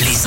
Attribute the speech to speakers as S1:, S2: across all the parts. S1: Les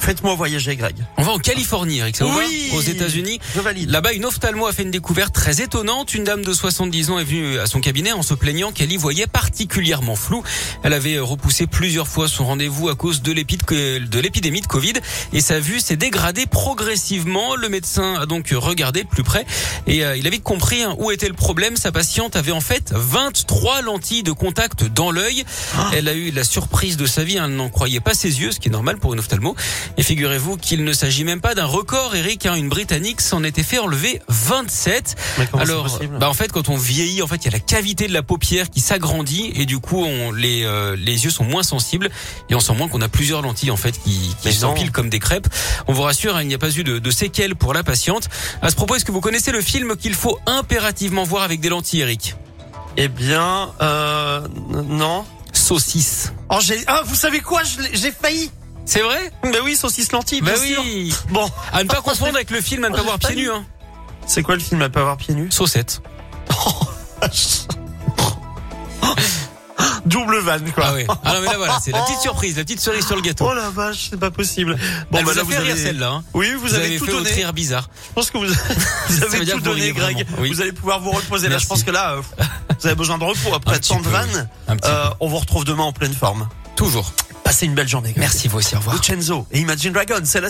S2: Faites-moi voyager, Greg.
S3: On va en Californie, Eric, ça vous
S2: Oui.
S3: va Aux États-Unis.
S2: Je valide.
S3: Là-bas, une ophtalmo a fait une découverte très étonnante. Une dame de 70 ans est venue à son cabinet en se plaignant qu'elle y voyait particulièrement flou. Elle avait repoussé plusieurs fois son rendez-vous à cause de l'épi- de l'épidémie de Covid et sa vue s'est dégradée progressivement. Le médecin a donc regardé de plus près et euh, il a vite compris hein, où était le problème. Sa patiente avait en fait 23 lentilles de contact dans l'œil.
S2: Ah.
S3: Elle a eu la surprise de sa vie. hein. Elle n'en croyait pas ses yeux, ce qui est normal pour une ophtalmo. Et figurez-vous qu'il ne s'agit même pas d'un record, Eric. hein. Une Britannique s'en était fait enlever 27.
S2: Mais comment c'est
S3: Alors,
S2: possible
S3: bah en fait, quand on vieillit, en fait, il y a la cavité de la paupière qui s'agrandit et du coup, on, les, euh, les yeux sont moins sensibles et on sent moins qu'on a plusieurs lentilles en fait qui,
S2: Mais
S3: qui s'empilent
S2: non.
S3: comme des crêpes. On vous rassure, hein, il n'y a pas eu de, de séquelles pour la patiente. À ce propos, est-ce que vous connaissez le film qu'il faut impérativement voir avec des lentilles, Eric
S2: Eh bien, euh, n- non.
S3: Saucisse.
S2: Oh, j'ai, ah, vous savez quoi? Je l'ai- J'ai failli.
S3: C'est vrai
S2: Ben oui, saucisse lentille,
S3: Bah
S2: bien sûr.
S3: oui.
S2: Bon.
S3: À ne pas confondre avec le film à ne pas
S2: J'ai
S3: voir
S2: pas
S3: pieds
S2: dit.
S3: nus. Hein.
S2: C'est quoi le film à pas avoir pieds nus?
S3: Saucette.
S2: Double vanne, quoi.
S3: Ah oui. Ah non mais là voilà, c'est la petite surprise, la petite cerise sur le gâteau.
S2: Oh la vache, c'est pas possible.
S3: Bon, Elle
S2: bah,
S3: vous a fait rire celle-là. hein.
S2: Oui, vous,
S3: Vous
S2: avez,
S3: avez
S2: tout
S3: fait votre
S2: donné.
S3: rire bizarre.
S2: Je pense que vous, vous
S3: veut
S2: avez
S3: dire
S2: tout
S3: que vous
S2: donné,
S3: riez
S2: Greg.
S3: vraiment, oui.
S2: Vous allez pouvoir vous reposer. Là, je
S3: Merci.
S2: pense que là, euh, vous avez besoin de repos après
S3: Un petit
S2: tant de
S3: peu, oui.
S2: vannes.
S3: Un petit
S2: Euh, on vous retrouve demain en pleine forme.
S3: Toujours.
S2: Passez une belle journée. Greg.
S3: Merci vous aussi, au revoir.
S2: Lucenzo et Imagine Dragons, c'est la